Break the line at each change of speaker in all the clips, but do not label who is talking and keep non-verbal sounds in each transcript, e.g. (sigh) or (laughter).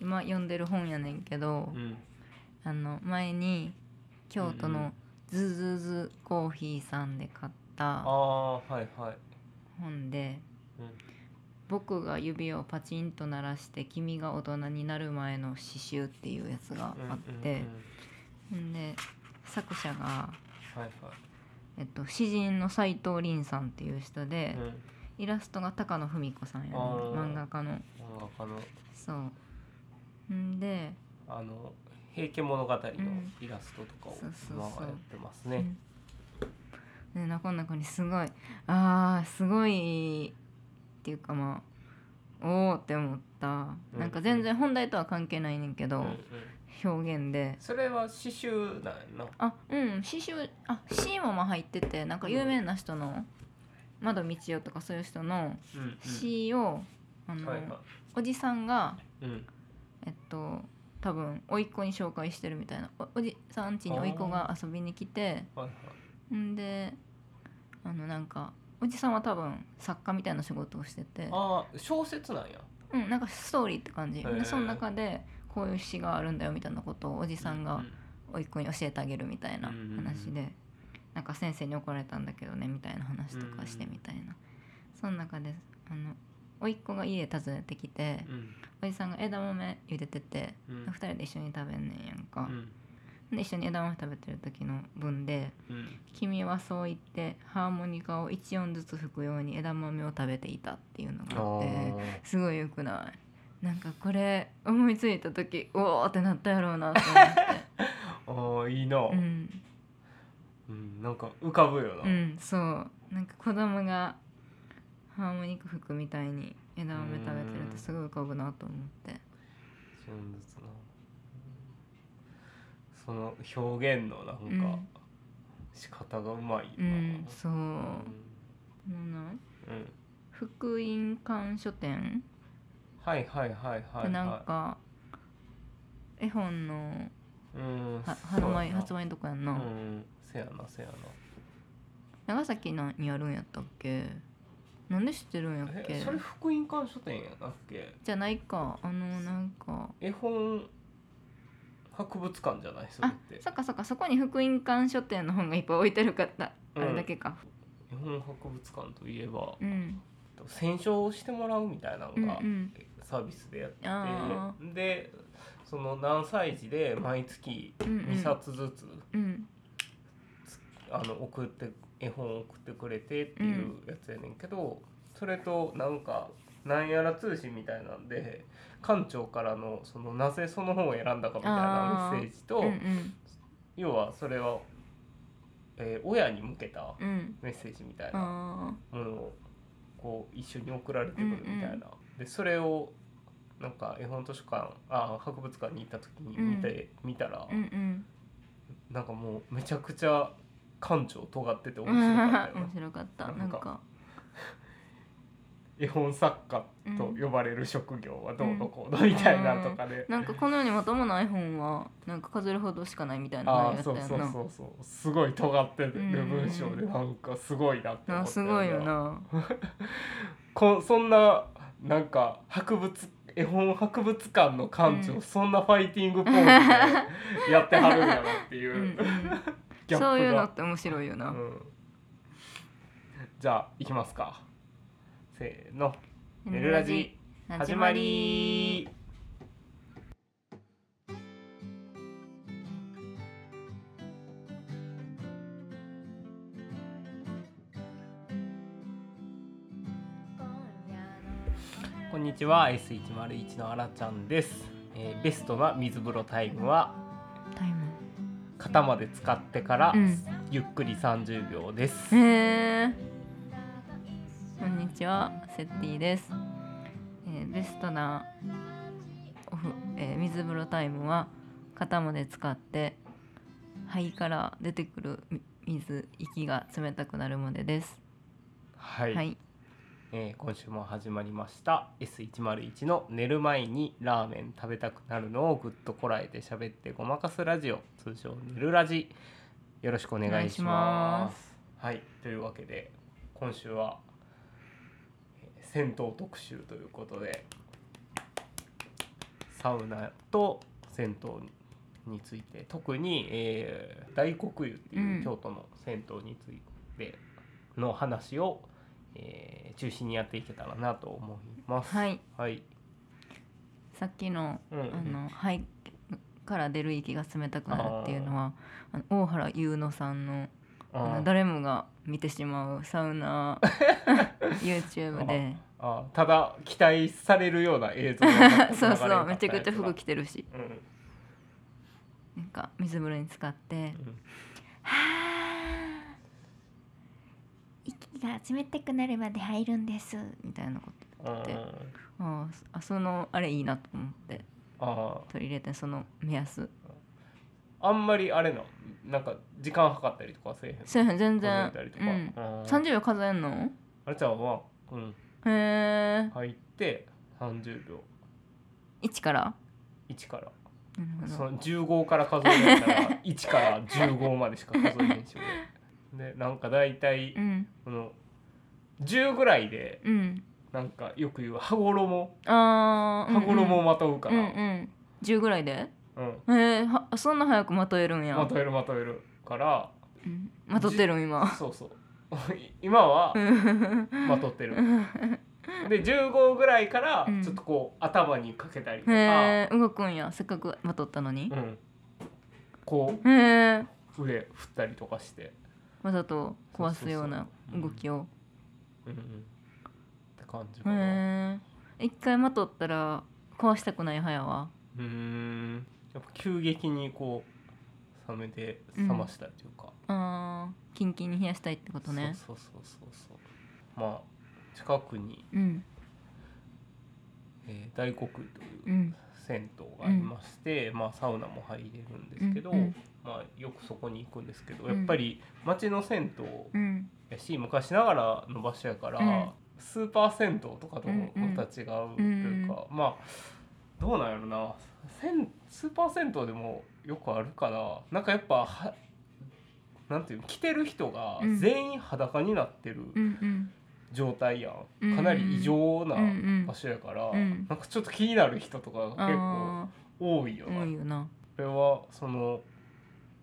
今読んでる本やねんけど、
うん
あの前に京都のズズズコーヒーさんで買っ
あ
た
あはいはい
本で
うん
「僕が指をパチンと鳴らして君が大人になる前の詩集」っていうやつがあって
うんうんうん
ほんで作者が、
はい
えっと、詩人の斎藤凛さんっていう人
はい、
で
うん、
イラストが高野文子さんやね
あー
漫画家の
漫画家の
そうんで
あの「平家物語」の
ん
イラストとかを
そうそうそう
今はやってますね。
で中の中にすごいあーすごいっていうかまあおおって思った
うん
なんか全然本題とは関係ないねんけ
う
ど
んうん
表現で
それは刺繍なんやな。
あうん詩集あ詩もまあ入っててなんか有名な人の窓道夫とかそういう人の
うんうん
詩をあの
はいは
おじさんが
いうん
えっと多分甥っ子に紹介してるみたいなおおじさん家に甥っ子が遊びに来て
はいはい
んであのなんかおじさんは多分作家みたいな仕事をしてて、
ああ小説なんや。
うん、なんかストーリーって感じ、
へー
でその中でこういう詩があるんだよみたいなことをおじさん
う
が
ん
甥っ子に教えてあげるみたいな話で、なんか先生に怒られたんだけどねみたいな話とかしてみたいな、その中であの甥っ子が家訪ねてきて、
うん
おじさんが枝豆茹でてて、
うん
二人で一緒に食べんねんやん
う
か、
ん
で一緒に枝豆食べてる時の分で、
うん
君はそう言ってハーモニカを1音ずつ吹くように枝豆を食べていたっていうの
あ
があって
ー
すごい良くないなんかこれ思いついた時うおーってなったやろうなって思
(laughs)
って
あーいいな、う
うんん、
なんか浮かぶよな、
うん、そうなんか子供がハーモニカ吹くみたいに枝豆食べてるとすごい浮かぶなと思って
一音ずつなその表現のなんか、
うん
仕方がうまいよ
う
な、
んそう
う
なんの
うん
福音館書店
はいはいはいはい、はい、
なんか絵本の
うん
は
そう
発
やな
売発売のとこやん
う
な、
んせやなせや
長崎のにあるんやったっけなんで知ってるんや
な
っ
え
け
それ福音館書店やなっけ
じゃないかあのなんか
絵本博物館じゃないそれっ
あ
て
そっかそっかそこに福音館書店の本がいっぱい置いてるかった、
うん
あれだけか、
絵本博物館といえば
うん、
選書をしてもらうみたいなの
うんう
が
ん
サービスでやってて、
あ
でその何歳児で毎月
うんうん
2冊ずつ、
うん
あの送って絵本を送ってくれてっていうやつやねんけど、それとなんかなんやら通信みたいなんで館長からのそのなぜその本を選んだかみたいな
あー
メッセージと、
うんうん
要はそれは、えー親に向けた
うん
メッセージみたいな
あ
ものをこう一緒に送られてくるみたいな。
うん
でそれをなんか絵本図書館あ博物館に行った時に見て、見たら、
ーうんうん
なんかもうめちゃくちゃ館長尖ってて面白かったよな
(laughs) 面白かった
な
なんん
か
か
絵本作家と呼ばれる職業はどうのこうのみたいなとかで、
なんかこの世にまともない本はなんか数えるほどしかないみたいな
あ
内
あ
容や
そう
ったやん
そう
な
そうそうすごい尖ってる文章で
うん
なんかすごいなって思
な
って
すごいよな
こそんななんか博物絵本博物館の館長、
うん
そんなファイティングポーズでやってはるんやなっていうう、
ん (laughs) うん
ギャップが
そういうのって面白いよな、
うんじゃあ行きますかせーの「
メ
メルラジ」
始まり
こんにちは S101 のあらちゃんです、えーベストな水風呂タイムは
タイム
肩まで使ってから、
うん
ゆっくり30秒です、
えー、こんにちはセッティです、えーベストなおふ、えー水風呂タイムは肩まで使って肺から出てくるみ水息が冷たくなるまでです
はい、
はい
えー今週も始まりました S101 の寝る前にラーメン食べたくなるのをぐっとこらえて喋ってごまかすラジオ通称寝るラジよろしくお願いしますはいというわけで今週は、えー銭湯特集ということでサウナと銭湯について特に、えー大黒湯って
う
い
ん
う京都の銭湯についての話を、えー中心にやっていけたらなと思います。
はい
はい、
さっきの
うんう
あ
ん、
の肺から出る息が冷たくなるっていうのはあの大原優乃さんのあの
あー
誰もが見てしまうサウ
(laughs)
ナ YouTube で
あーただ期待されるような映像が
(laughs) そう
流れ
そう
なか
め
った
ちゃ
やつ
くちゃ服
が
着てるし
うん
なんか水風呂に使って
うん
「はあ息が冷たくなるまで入るんです」みたいなこと
うん
であーあそのあれいいなと思って
あ
取り入れてその目安
ーあんまりあれのなんか時間計ったりとかはせえへん
そうや全
数
然
えたりと
う
か、
ん
あー
30秒数えんの
あれちゃんは、うん、
へえ
入って30秒
1から
1から
なるほど
その15から数えるんやったら1から15までしか数えないし俺でなんか大体
うん
この10ぐらいで
うん
なんかよく言う羽衣
ああ
羽衣をまとうか
うん
ら、
う
うん
んうん10ぐらいで
うん
えー、はそんな早くまとえるんや
まとえるまとえるから
うんまとってるん今
(laughs) そうそう今はまとってるで15ぐらいから
うん
ちょっとこう頭にかけたりとか、
へえ動くんやせっかくまとったのに
うん、こう
へえ
腕振ったりとかして、
わざと壊すような動きを
うんうん、って感じか
へ
な。
え一回まとったら壊したくない早は
うーんやっぱ急激にこう冷めて
う
冷
ん
ましたというか、
あーキンキンに冷やしたいってことね
そうそうそうそうそうまあ近くに、
うん
えー大黒湯
う
というん銭湯がありまして、まあサウナも入れるんですけど、
うんうん
まあ、よくそこに行くんですけど、
うん
やっぱり町の銭
う
湯
ん
やし昔ながらの場所やから、
うん
スーパー銭湯とかと
うんうん
また違うというか、まあどうなんやろな銭スーパー銭湯でもよくあるかななんかやっぱはなんていうの着てる人が
うん
全員裸になってる
うんうん
状態やん、
うん
かなり異常な
うんうん
場所やから、
うん
なんかちょっと気になる人とかが結構
あ
多い
あ
よな
多いよな
これはその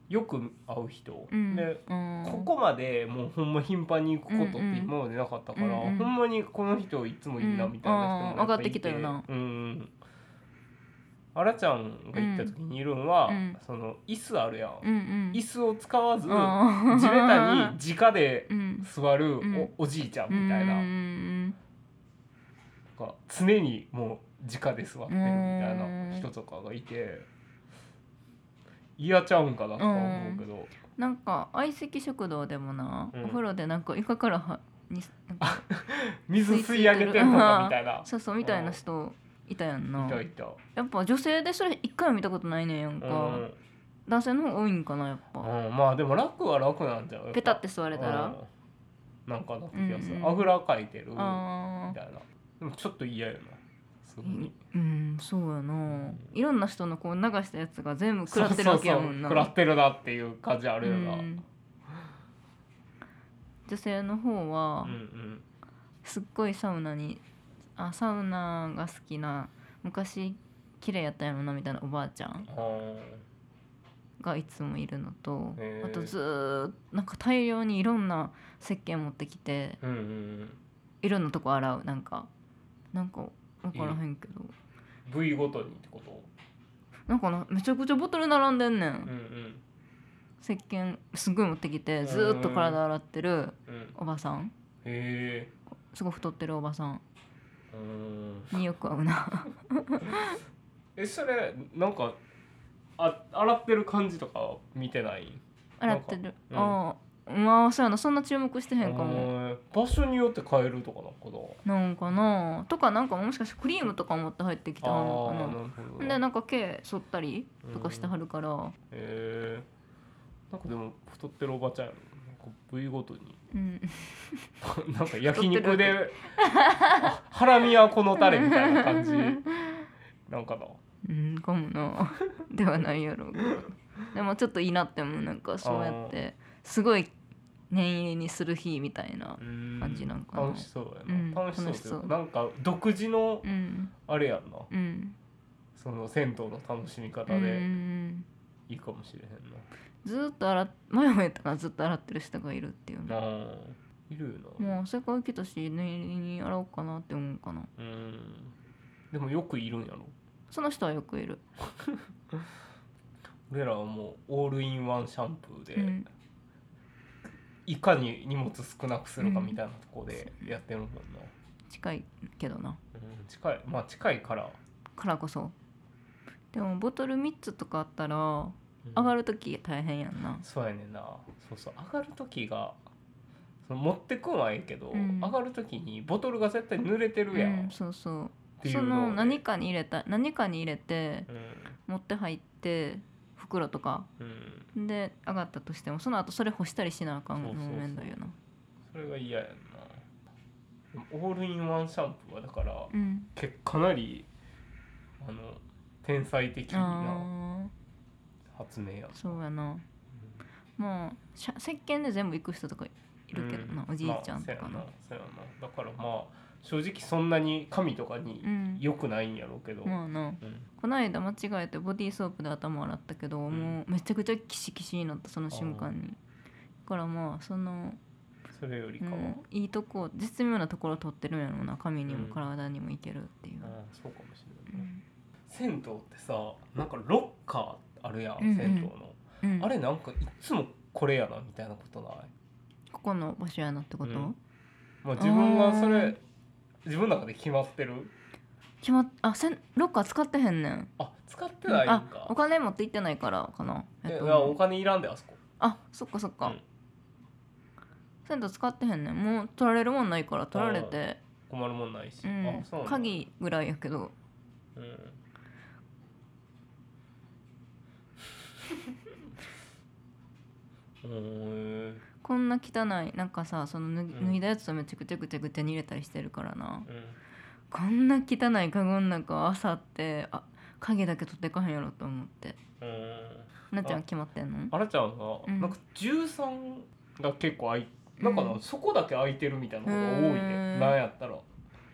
よく会う人、
うん
で
うん
ここまでもうほんま頻繁に行くことって今までなかったから、
うんうんうんうん
ほんまにこの人いつもいいなみたい
う
な人
ん
もやぱい
上がってきたよな
うんうんあらちゃんが行った時にいるんは、
うん
その椅子あるやん、
うんうん
椅子を使わず、
うん
地べたに直で
うん
座るお,、
うん
おじいちゃんみたいな,、
うん
なんか常にもう直で座ってる
う
みたい
ん
な人とかがいて嫌ちゃうんかなとか思うけど、
なんか相席食堂でもな、
うん
お風呂でなんか床からはになんか
水吸い上げてんのかみたいな。
そうそうみたいな人いたやんない
たいた。
やっぱ女性でそれ一回も見たことないねんやん
う
か、
ん
男性の方が多いんかなやっぱ、
うん、まあでも楽は楽なんじゃん
ペタってて座れたら、あ
なんかなって気が
う
す
ん
る、
うん
あぐらかいてるみたいな
あー
でもちょっと嫌よなすごい
うんそうやないろんな人のこう流したやつが全部食らってるわけやもんな
そうそうそう食らってるなっていう感じあるよなう
うんん女性の方は、
うん
すっごいサウナにあサウナが好きな昔綺麗やったんやろなみたいなおばあちゃん
あー
がいつもいるのと
へ
あ
ー
とずーっとなんか大量にいろんな石鹸持ってきて
うんうん
いろんなとこ洗うなんかなんか分からへんけど、
うん部位ごとにってこと
なんかなめちゃくちゃボトル並んでんねん、
うんうん
石鹸すごい持ってきてずーっと体洗ってる
うんへ
おばさん
え
すごい太ってるおばさん
うん
によく合うな
えそれなんかあ洗ってる感じとか見てない
洗ってる、
うん
ああまあそうやなそんな注目してへんかも、
うん場所によって変えるとかなのかな
なんかなとかなんかもしかしてクリームとか持って入ってきてはる
あ
の
ー
か
な
な
るほ
で
ど
なんか毛剃ったりとかしてはるからうん、
へえなんかでも太ってるおばちゃんなんか部位ごとに (laughs) なんか焼肉であ (laughs) ハラミはこのタレみたいな感じなんかな
うん、かもなではないやろうけ
(laughs)
どでもちょっといいなってもなんかそうやってすごい念入りにする日みたいな感じなんかな
楽しそうやな、
うん
楽しそう
楽し
とい
そう
うかなんか独自の
うん
あれやんな
うん
その銭湯の楽しみ方
うんうんう
で
ん
いいかもしれへん
ずーっと洗っ前も言ったからずっと洗ってる人がいるっていうね
な、あーいるよな
もうそれから来たし縫いに洗おうかなって思うかな
うんでもよくいるんやろ
その人はよくいる
俺らはもうオールインワンシャンプーで、
うん
いかに荷物少なくするかみたいなとこでやってるもんな、
近いけどな
うん、近いまあ近いから、
からこそでもボトル3つとかあったら上が
る
る時大変やんな
そうやねんなそうそう上がる時がその持ってくんはええけど、
うん
上がる時にボトルが絶対濡れてるやん、
うん
っ
そうそう
ていう
そ
のを
の
ね
何かに入れた何かに入れて
う
持って入って袋とか
ん、うん、
で上がったとしてもその後それ干したりしなあかんの
そうそう
も
そう
めんどいよな
それが嫌やんなでもオールインワンシャンプーはだから
うん
けかなりあの天才的な
あ
発明や
ーそうやなもうしゃ石鹸で全部行く人とかいるけどな、
う
おじいちゃんとか
まあ
な、
そうやなそうやなだからまあ正直そんなに髪とかに
うん
良くないんやろうけど、
まあな
うん
この間間違えてボディーソープで頭洗ったけど、
ん
もうめちゃくちゃキシキシになったその瞬間にだからまあその、
それより
う
かは、うん
ん、いいとこ絶妙なところ取ってるんやろうな髪にも
うん
体にもいけるっていう、
そうかもしれ
う
ない、
ん
銭湯ってさなんかロッカーあるやん、
うんうん
銭湯の、
うん
あれなんかいつもこれやなみたいなことない、
ここの場所やなってこと、
うんまあ、自分がそ
あ
れ
ー
自分の中で決まってる
決まっあせんロッカー使ってへんねん
あ使ってないん
あ
か、
お金持って行ってないからかな
え
やと
いや
思う
お金いらんであそこ
あそっかそっ
う
か
ん
銭湯使ってへんねんもう取られるもんないから取られて
困るもんないし、
うん
あそうなんだ
鍵ぐらいやけど
うん (laughs) うーん
こんな汚いなんかさその脱ぎ
うん
脱いだやつとめちゃくちゃぐちゃぐちゃに入れたりしてるからな、
うん
こんな汚いカゴの中朝ってあ影だけ取ってかへんやろと思って
うん
なっちゃんは決まってんの
あらちゃんは、
うん
なんか13が結構空いなんかな、
うん
そこだけ空いてるみたいなことが多いね
うん
なんやったら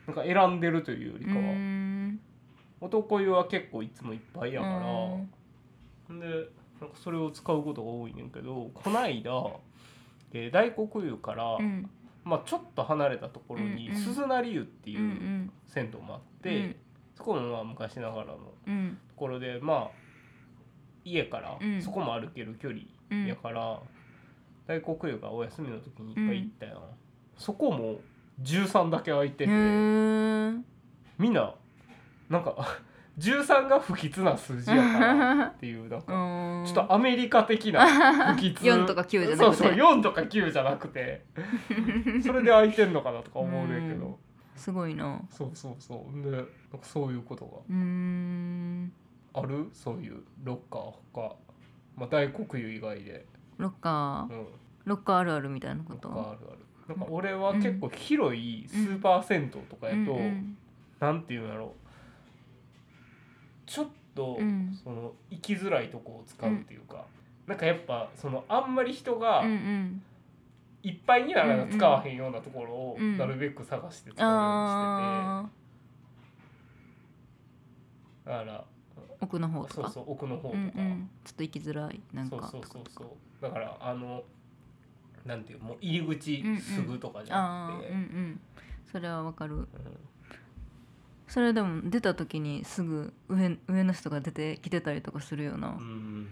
なんか選んでるというより
う
かは、
ーん
男湯は結構いつもいっぱいやから、
うん
でなんかそれを使うことが多いねんけどこないだ、えー大黒湯から、
うん
まあ、ちょっと離れたところに、
うんうん
鈴なり湯って
う
い
んう
うん銭湯もあって、
うん
そこもまあ昔ながらのと
うん
ころでまあ家から
うん
そこも歩ける距離
うん
やから、大黒湯がお休みの時にいっぱい行ったよ、そこも13だけ空いて
へ
て、
ー
みんななんか (laughs) 13が不吉な数字や
(laughs)
からっていうなん
う
か
ーん
ちょっとアメリカ的な
(laughs)
不吉
4とか9じゃなくて
そうそう4とか9じゃなくてそれで空いてんのかなとか思うねんけど、
うん (laughs) すごいな
そうそうそうでなんかそういうことが
うーん
あるそういうロッカー他、まあ、大黒湯以外で、
ロッカ
う
ー
ん、
ロッカーあるあるみたいなこ
ロッ
と
カーあるあるなんか俺は結構広いス
ん
ーパー銭湯とかやと、
うんうん
なんていうんだろうちょっと、
うん
その行きづらいとこを使うっていうか、なんかやっぱそのあんまり人が
うんうん
いっぱいにならな使わへんようなところを
うん
なるべく探して使うようにしてて、
あ
だから
ー奥の方と
そう
か
そう奥の方と
う
か、
んうん、ちょっと行きづらいなん
そう
か
そうそうそうだからあのなんていうもう入り口すぐとかじゃな
あ
く
あ
て、
うんうんそれはわかる
うん
それでも出た時にすぐ上上の人が出てきてたりとかするよな
うん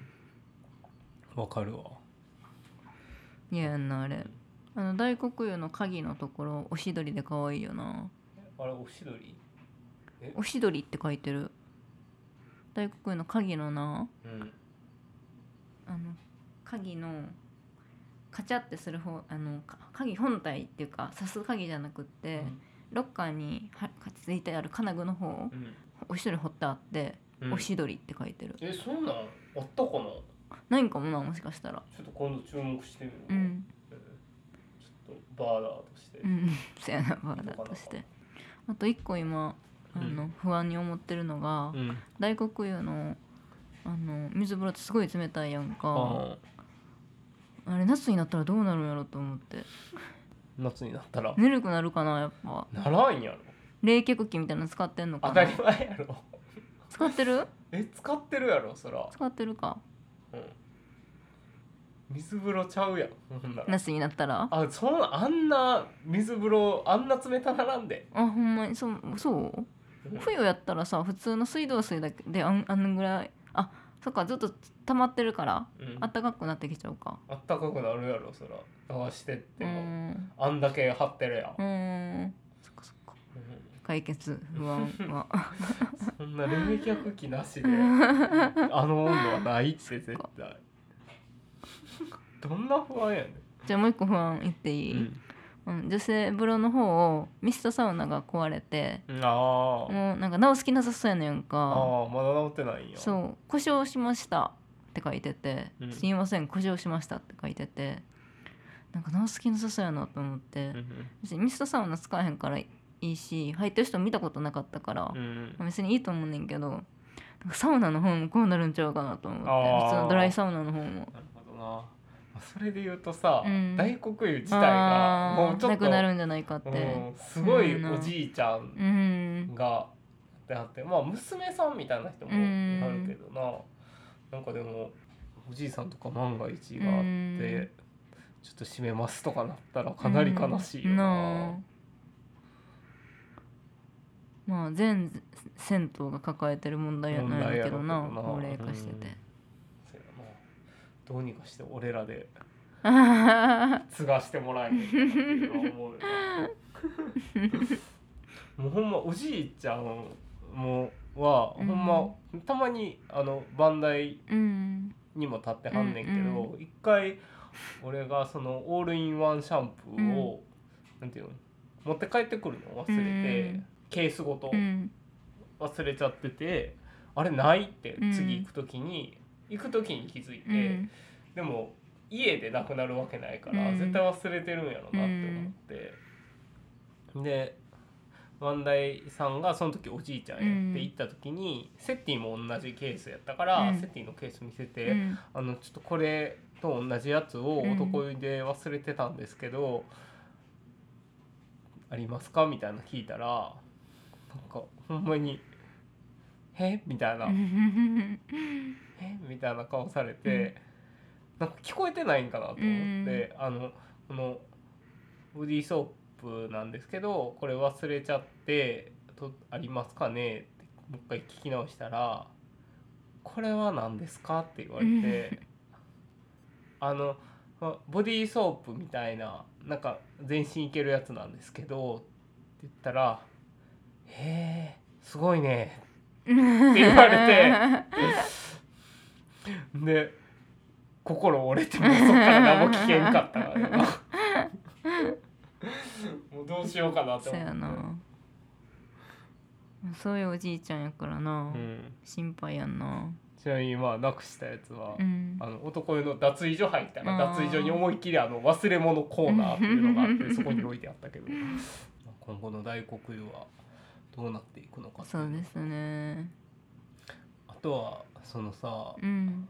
わかるわ
嫌やんなあれあの大黒湯の鍵のところおしどりで可愛いよな
あれおしどり
おしどりって書いてる大黒湯の鍵のな
うん
あの鍵のカチャってする方あのか鍵本体っていうかさす鍵じゃなくって、ロッカーにはかついてある金具の方を
うん
おしどり掘ってあって、
うん
おしどりって書いてる
えそんなんあったかな
ないんかもなもしかしたら
ちょっと今度注目してみる
う
わ、
ん
うんちょっとバーダーとして、
うんせやなバーだとしてあと一個今あ
う
の不安に思ってるのが、
うん
大黒湯のあの水風呂ってすごい冷たいやんか
あ
あれ夏になったらどうなるんやろと思って
夏になったら、
ぬるくなるかなやっぱ
ならんやろ
冷却器みたいなの使ってんのか
当
な
たり前やろ
使ってる
え使ってるやろそら、
使ってるか
うん、水風呂ちゃうやんほんなら
なしになったらあ
あそんなあんな水風呂あんな冷たならんで
ほんまにそうそう
うん
冬やったらさ普通の水道水だけであんあんぐらいあそっかずっと溜まってるから
うん
あったかくなってきちゃうか
あったかくなるやろそら流してっ
う
て
ー
も、
ん
あんだけ張ってるやん
う、ーんそっかそっか解決不安は (laughs)
うんそんな冷却器なしであの温度はないって絶対どんな不安やね
じゃあもう一個不安言ってい
ん、
い、うん、女性風呂の方をミストサウナが壊れて
うんあー
もうなんか直す気なさそうやねんか
あーまだ治ってないんや
そう「故障しました」って書いてて「
うん
すみません故障しました」って書いててなんか直す気なさそうやなと思って
うん
別にミストサウナ使わへんからいいし入ってる人見たことなかったから
うん、うん
別にいいと思うねんけどなんかサウナの方もこうなるんちゃうかなと思って
あー
普通のドライサウナの方も
なるほどなまあそれで言うとさ、
うん
大黒湯自体がも
あ
うち
ー
ょっ
な
と
くなるんじゃないかって
うんすごいおじいちゃん
うん
がであってまあ娘さんみたいな人も
うん
あるけどななんかでもおじいさんとか万が一があ
う
って
ん
ちょっと閉めますとかなったらかなり悲しいよ
な
な
あ。まあ全銭湯が抱えてる問題やないんだけどな
問題やろ
高齢
うけどな
化してて。
そうやなどうにかして俺らで
あははは
継がしてもらえないかなっていうのは思うよなもうほんまおじいちゃんもはほんま、たまにあの番台
(laughs) うん
にも立ってはんねんけど、
うん
一回俺がそのオールインワンシャンプーを、なんていうの持って帰ってくるの忘れて、
うん
ケースごと
うん
忘れちゃってて、あれないって
うん
次行く時に、行く時に気づいて、
うん
でも家でなくなるわけないから、
うん
絶対忘れてるんやろなって思って、で万代さんがその時おじいちゃんやって行った時に、セッティも同じケースやったから、
うん
セッティのケース見せて。
うん
あのちょっとこれと同じやつを
うん
男湯で忘れてたんですけど、ありますかみたいなの聞いたらなんかほんまに「えみたい
(laughs)
な
う
「
ん
えみたいな顔されて、なんか聞こえてないんかなと思って、あのこのボディーソープなんですけどこれ忘れちゃってとありますかね?」ってもう一回聞き直したら「これは何ですか?」って言われて「あのまボディーソープみたいななんか全身いけるやつなんですけど」って言ったら「へえすごいね」って言われて。で心折れてもそっから何も聞けんかったからな (laughs) もうどうしようかなっ
(laughs)
て
そ
思って
やなそういうおじいちゃんやからな、
うん、
心配やんな
ちなみにまあなくしたやつは、
うん
あの男湯の脱衣所入ったら
あー
脱衣所に思いっきりあの忘れ物コーナーっていうのがあ
(laughs)
ってそこに置いてあったけど今後の大黒湯はどうなっていくのかってい
そうですね
あとはそのさ
うん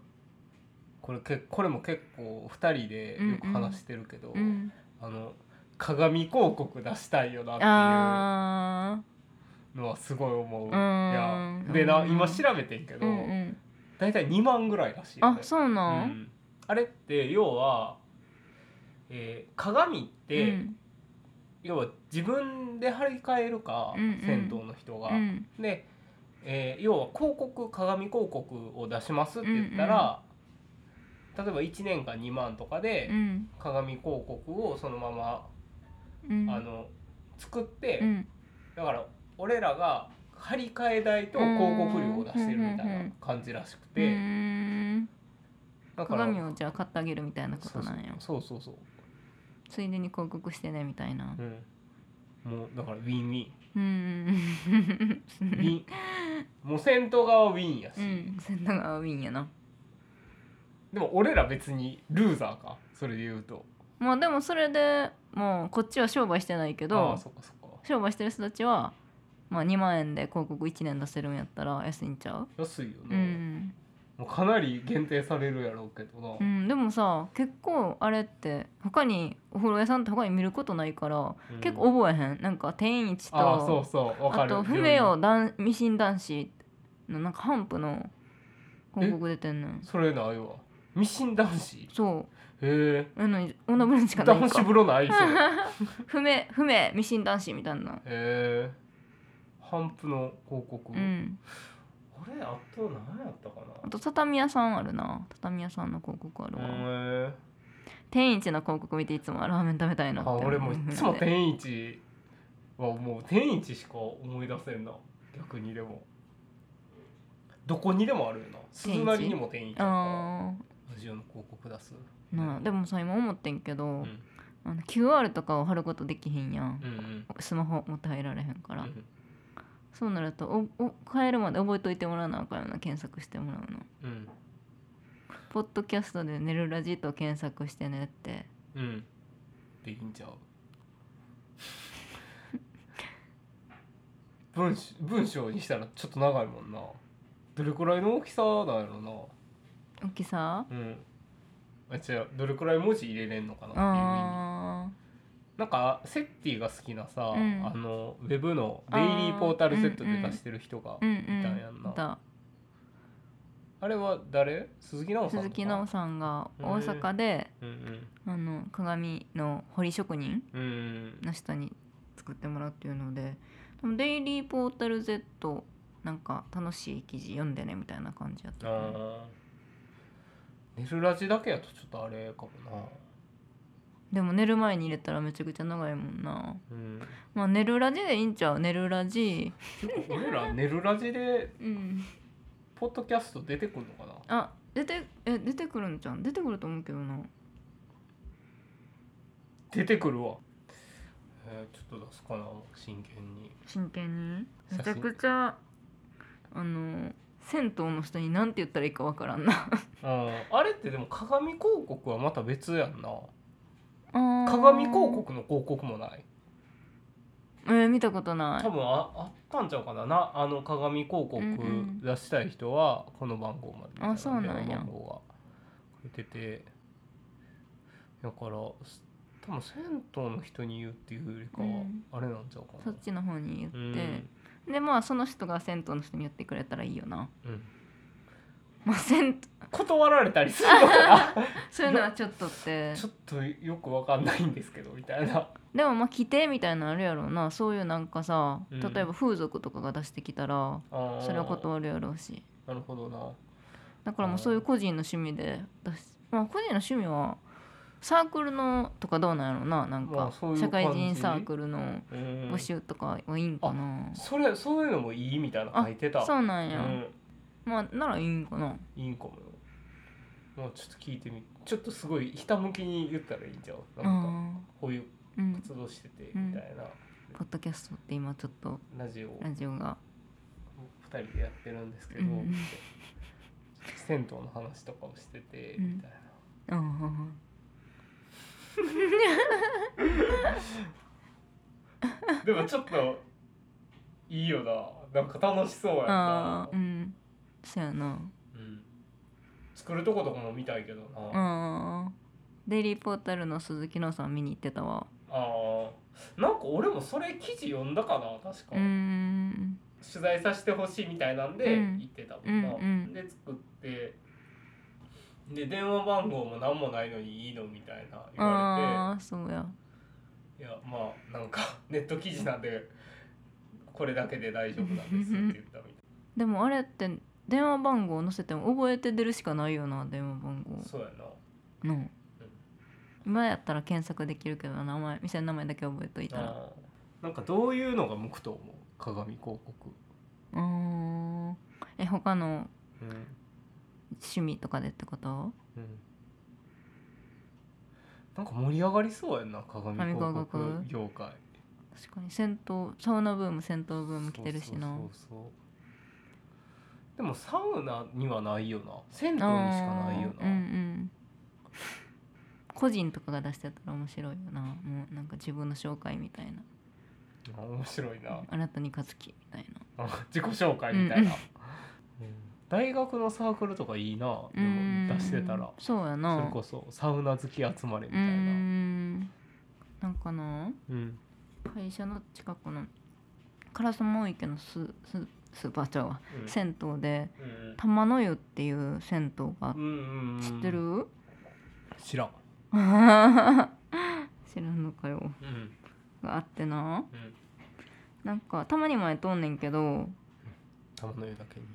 これけこれも結構2人でよく話してるけど、
うん
あの鏡広告出したいよなっていう。
あ
のはすごい思う。い
ん
やでな
うん
今調べてんけ
ー
ど、
うんうん
だいたい2万ぐらいらしいよ
あ
ね、
そうな
うんんあれって要は、えー鏡って、
うん
要は自分で張り替えるか、
うんうん
銭湯の人が。
うん
で、えー要は広告鏡広告を出しますって言ったら、例えば1年間2万とかで、
うん
鏡広告をそのまま、
うん
あの作って、
うん
だから俺らが張り替え代と広告料を出してるみたいな感じらしく
うー
て
ん
だから
鏡をじゃあ買ってあげるみたいなことなんや
そうそうそうそ
ついでに広告してねみたいな
う、うん、もうだからウィンウ
(laughs)
ィ
う
ン
ん
ウィンもう銭湯側はウィンやし、
(laughs) うん千田川ウィンやな
でも俺ら別にルーザーかそれで言うと
まあでもそれでもうこっちは商売してないけ
ああ
ど
そっかそっか
商売してる人たちは、まあ、2万円で広告1年出せるんやったら安いんちゃう
安いよ
う
ね、
ん、
もうかなり限定されるやろうけどな、
うん、でもさ結構あれって他にお風呂屋さんって他に見ることないから、
うん
結構覚えへんなんか定員1と
ああそうそうわ
あ
かる
と「不明を男未信男子」のなんかハンプの広告出てんのよ
それないわミシン男子
そ
へ
うなのに女ブランチ
え
かない
男
ん
子
か
風呂ないそれへ
不明不明ミシン男子みたいな
えハンプの広告、
うん
あれあと何やったか
あと畳屋さんあるな畳屋さんの広告ある
な
わ、
へえ
天一の広告見ていつもラーメン食べたいなって
あ
思う
俺もいつも天一はもう天一しか思い出せんな逆にでもどこにでもあるよな
天一
鈴なりにも天一やんか
(laughs) あ
ラジオの広告出す
ーなあでもさ今思ってんけど、
うん
あの QR とかを貼ることできひんやん
う、んうん
スマホ持って入られへんから、
うん
そうなるとおお変えるまで覚えといてもらわなあかんよな検索してもらうの
うん
ポッドキャストで「寝るラジ」と検索してねって
うんでいいんちゃう (laughs) 文章文章にしたらちょっと長いもんなどれくらいの大きさなんやろな
大きさ
うん。あ違うどれくらい文字入れれんのかなっていう意味
あ
なんかセッティが好きなさ、
うん
あのウェブのデイリーポータルセットで出してる人が、
ーうん
いたんやん
う
なん
いた
あれは誰鈴木直さん
鈴木奈緒さんが大阪で、
うんうん
あの鏡の堀職人
うんうん
の人に作ってもらうっていうのででもデイリーポータル Z なんか楽しい記事読んでねみたいな感じやったよね
あー寝るラジだけやとちょっとあれかもな
でも寝る前に入れたらめちゃくちゃ長いもんな
うん
まあ寝るラジでいいんちゃう寝るラジ
結構俺ら寝るラジで
うん
ポッドキャスト出てくるのかな
あ出てえ出てくるんじゃん出てくると思うけどな
出てくるわ、えー、ちょっと出すかな真剣に
真剣に
写真
めちゃくちゃあの銭湯の人に何て言ったらいいかわからんな
うんあれってでも鏡広告はまた別やんな
あー
鏡広告の広告もない
えー見たことない
多分ああったんちゃうかななあの鏡広告
うんうん
出したい人はこの番号までみたい
あそうなんや
電話番号が出ててだからす多分銭湯の人に言うっていうよりかは
うん
あれなんちゃうかな
そっちの方に言って、
うん
でまあその人が銭湯の人に言ってくれたらいいよな。 (laughs)
うん
まあ銭湯
断られたりするのかな (laughs)
そういうのはちょっとって
ちょっとよくわかんないんですけどみたいな
でもまあ規定みたいなのあるやろうなそういうなんかさ
うん
例えば風俗とかが出してきたら
あー
それは断るやろうし
なるほどな
だからもうそういう個人の趣味で出しまあ個人の趣味はサークルのとかどうなんやろうななん
まあ
か
そういう
社会
感
人
じ
サークルの
うん
募集とかはいいんかな
それそういうのもいいみたいなの書いてた
そうなん
う
や、
ん
まあならいいんかない
いんかもよ。もうちょっと聞いてみちょっとすごいひたむきに言ったらいいんじゃん。なんか
あ
こういう
ーうん
活動しててみたいな、
ポッドキャストって今ちょっと
ラジオを
ラジオが
2人でやってるんですけど、
うん
銭湯の話とかをしてて
うん
みたいな。
うん
でもちょっといいよな。なんか楽しそうや
あ
な
ーう。んそうやな
うん作るとことかも見たいけどな。
う
あ
んデイリーポータルの鈴木のさん見に行ってたわ
あーなんか俺もそれ記事読んだかな確か。
うーん
取材させてほしいみたいなんで
うん
行ってたもんな、
うんうん
で作ってで電話番号も何もないのにいいのみたいな言わ
ああそうや
れていやまあなんか (laughs) ネット記事なんでこれだけで大丈夫なんですって言ったみた
でもあれって電話番号載せても覚えて出るしかないよな電話番
いな
号
そうやな
の今やったら検索できるけど名前店の名前だけ覚えといたら
あーなんかどういうのが向くと思う鏡広告、
うーんえ他の
うん
趣味とかでってこと
うんなんか盛り上がりそうやんな鏡
鏡
広
広
告
告
業界
確かに銭湯サウナブーム銭湯ブーム来てるしな
そうそうそうそうでもサウナにはないよな銭湯にしかないよ
あーうんう
な、
ん個人とかが出してたら面白いよなもうなんか自分の紹介みたいな
あ面白いな
あなたに勝つきみたいな
あ自己紹介みたいな、
うん
うん大学のサークルとかいいなでも出してた
うーん
ら
そうやな
それこそサウナ好き集まれ
うー
みたいな、うん
んなんかな会社の近くの烏丸池のスススーパーちゃうわ
うん
銭湯で
うん
玉の湯っていう銭湯があっ
うんうんうん
知ってる
知らん、
(laughs) 知らんのかよ
うんうん
があってななんかたまに前通んねんけど
玉の湯だけに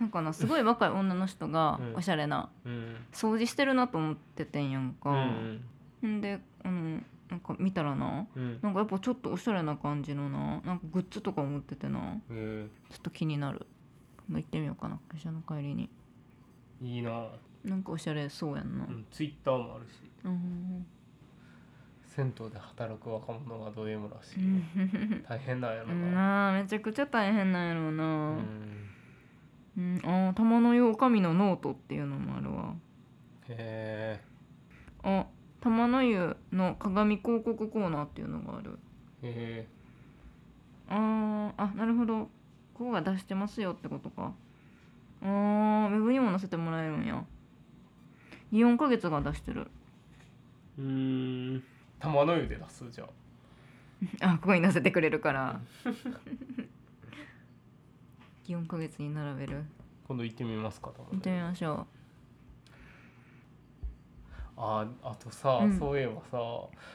なんかなすごい若い女の人が
うん
おしゃれな
うん
掃除してるなと思っててんやん
う
か、
ん
んであのなんか見たらな
うん
なんかやっぱちょっとおしゃれな感じのななんかグッズとか持っててな
うん
ちょっと気になるもう行ってみようかな会社の帰りに
いいな、
なんかおしゃれそうやんな
うん、ツイッターもあるし
うん
銭湯で働く若者がド M らし
う
い、
ん
大変なんやろな
なあめちゃくちゃ大変なんやろう
う
な、
ん
うん、あー玉の湯おかみのノートっていうのもあるわ
へ
あ玉の湯の鏡広告コーナーっていうのがある
えへ
あーあなるほどここが出してますよってことかあーウェブにも載せてもらえるんや4ヶ月が出してる
えうん玉の湯で出すじゃあ
あここに載せてくれるから (laughs) 4ヶ月に並べる
今度行ってみますか
見
玉
て
の
み
湯
ましょ
ああとさ、
うん
そういえばさ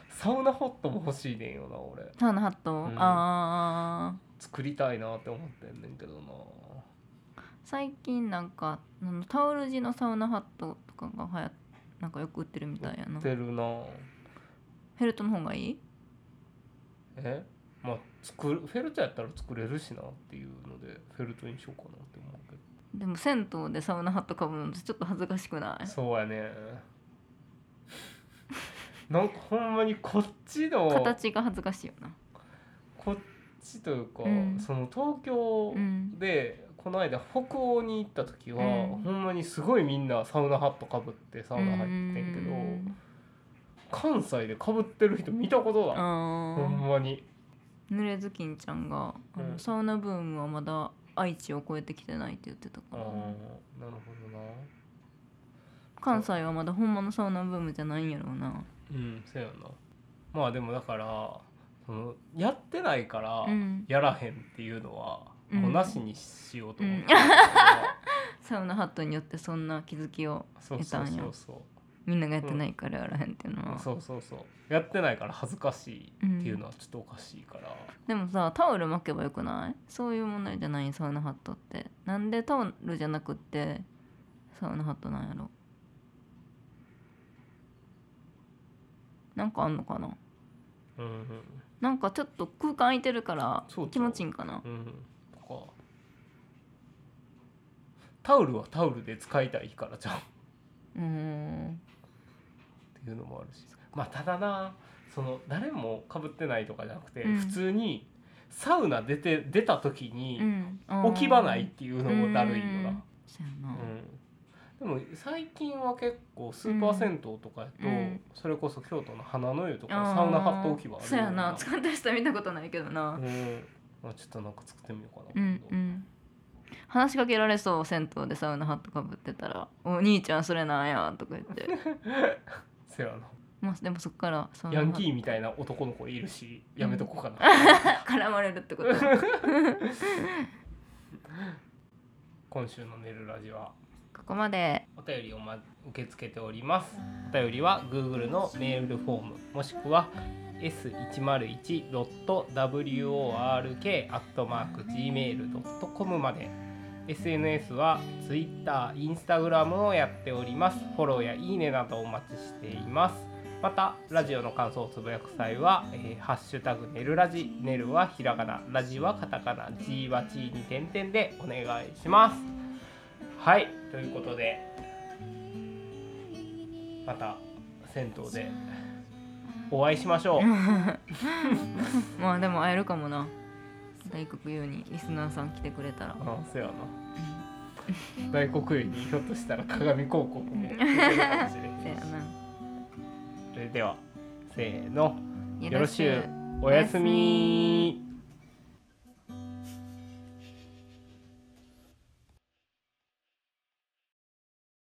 サウナホットも欲しいねんよな俺
うサウナハット、
ん
ああ
作りたいなって思ってんねんけどな
最近なんかあのタオル地のサウナハットとかがはやなんかよく売ってるみたいやな
売ってるな
フェルトの方がいい
えまあ作るフェルトやったら作れるしなっていうのでフェルトにしようかなって思うけど
でも銭湯でサウナハットかぶるのってちょっと恥ずかしくない
そうやねなんかほんまにこっちの
形が恥ずかしいよな
こっちというか、
うん
その東京
うん
で、この間北欧に行った時は、
うん
ほんまにすごいみんなサウナハットかぶってサウナ入ってんけど、
うん
関西でかぶってる人見たことない、
あ
ほんまに
ー濡れずきんちゃんがあの、
うん
サウナブームはまだ愛知を越えてきてないって言ってた
あ
か
ー
ら
なるほどな
関西はまだほんまのサウナブームじゃないんやろうな
うんそうやなまあでもだからそのやってないから
うん
やらへんっていうのは、
うん
もうなしにしようと思って、
サウナハットによってそんな気づきを
(laughs) そうそうそうそう
みんながやってないからやらへんっていうのは、
そうそうそうやってないから恥ずかしいっていうのはちょっとおかしいから、
でもさタオル巻けばよくないそういう問題じゃないサウナハットってなんでタオルじゃなくってサウナハットなんやろなんかあんのかな
うん
なんかちょっと空間空いてるから
そうそう
気持ちいいんかな
うんうんとかタオルはタオルで使いたいからじゃんっ
うーん
ていうのもあるしまあただなその誰もかぶってないとかじゃなくて、
うん
普通にサウナ出て出た時に
うん
置き場ないっていうのもだるいよ
う。
なん
そうやな
うんでも最近は結構スーパー銭湯とかやと、
うん
それこそ京都の花の湯と
あ
か
ー
サウナハット置き場ある
そうやな
な
使った人は見たことないけどな
うん、まあ、ちょっとなんか作ってみようかな、
うん
今
う
度
ん話しかけられそう銭湯でサウナハットかぶってたら「お兄ちゃんそれなんや」とか言
(laughs)
って
せやな
まあでもそっからその
ヤンキーみたいな男の子いるしやめとこうか
(laughs)
な
絡まれるってこと (laughs)
今週の「寝るラジオは
ここまで
お便りを、ま、受け付けておりますお便りは Google のメールフォームもしくは s101.work.gmail.com まで SNS は Twitter、Instagram をやっておりますフォローやいいねなどお待ちしていますまたラジオの感想をつぶやく際は「えーハッシュタグねるラジ」「ねる」はひらがな「ラジ」はカタカナ「G」は G に点々でお願いしますはいということでまた銭湯でお会いしましょう
まあでも会えるかもな大黒優にリスナーさん来てくれたら
あそうやな大黒湯にひょっとしたら鏡広告も出て
(laughs)
るかもしれ
せ
へ
や
んし
な
それではせーのよろしゅうおやすみ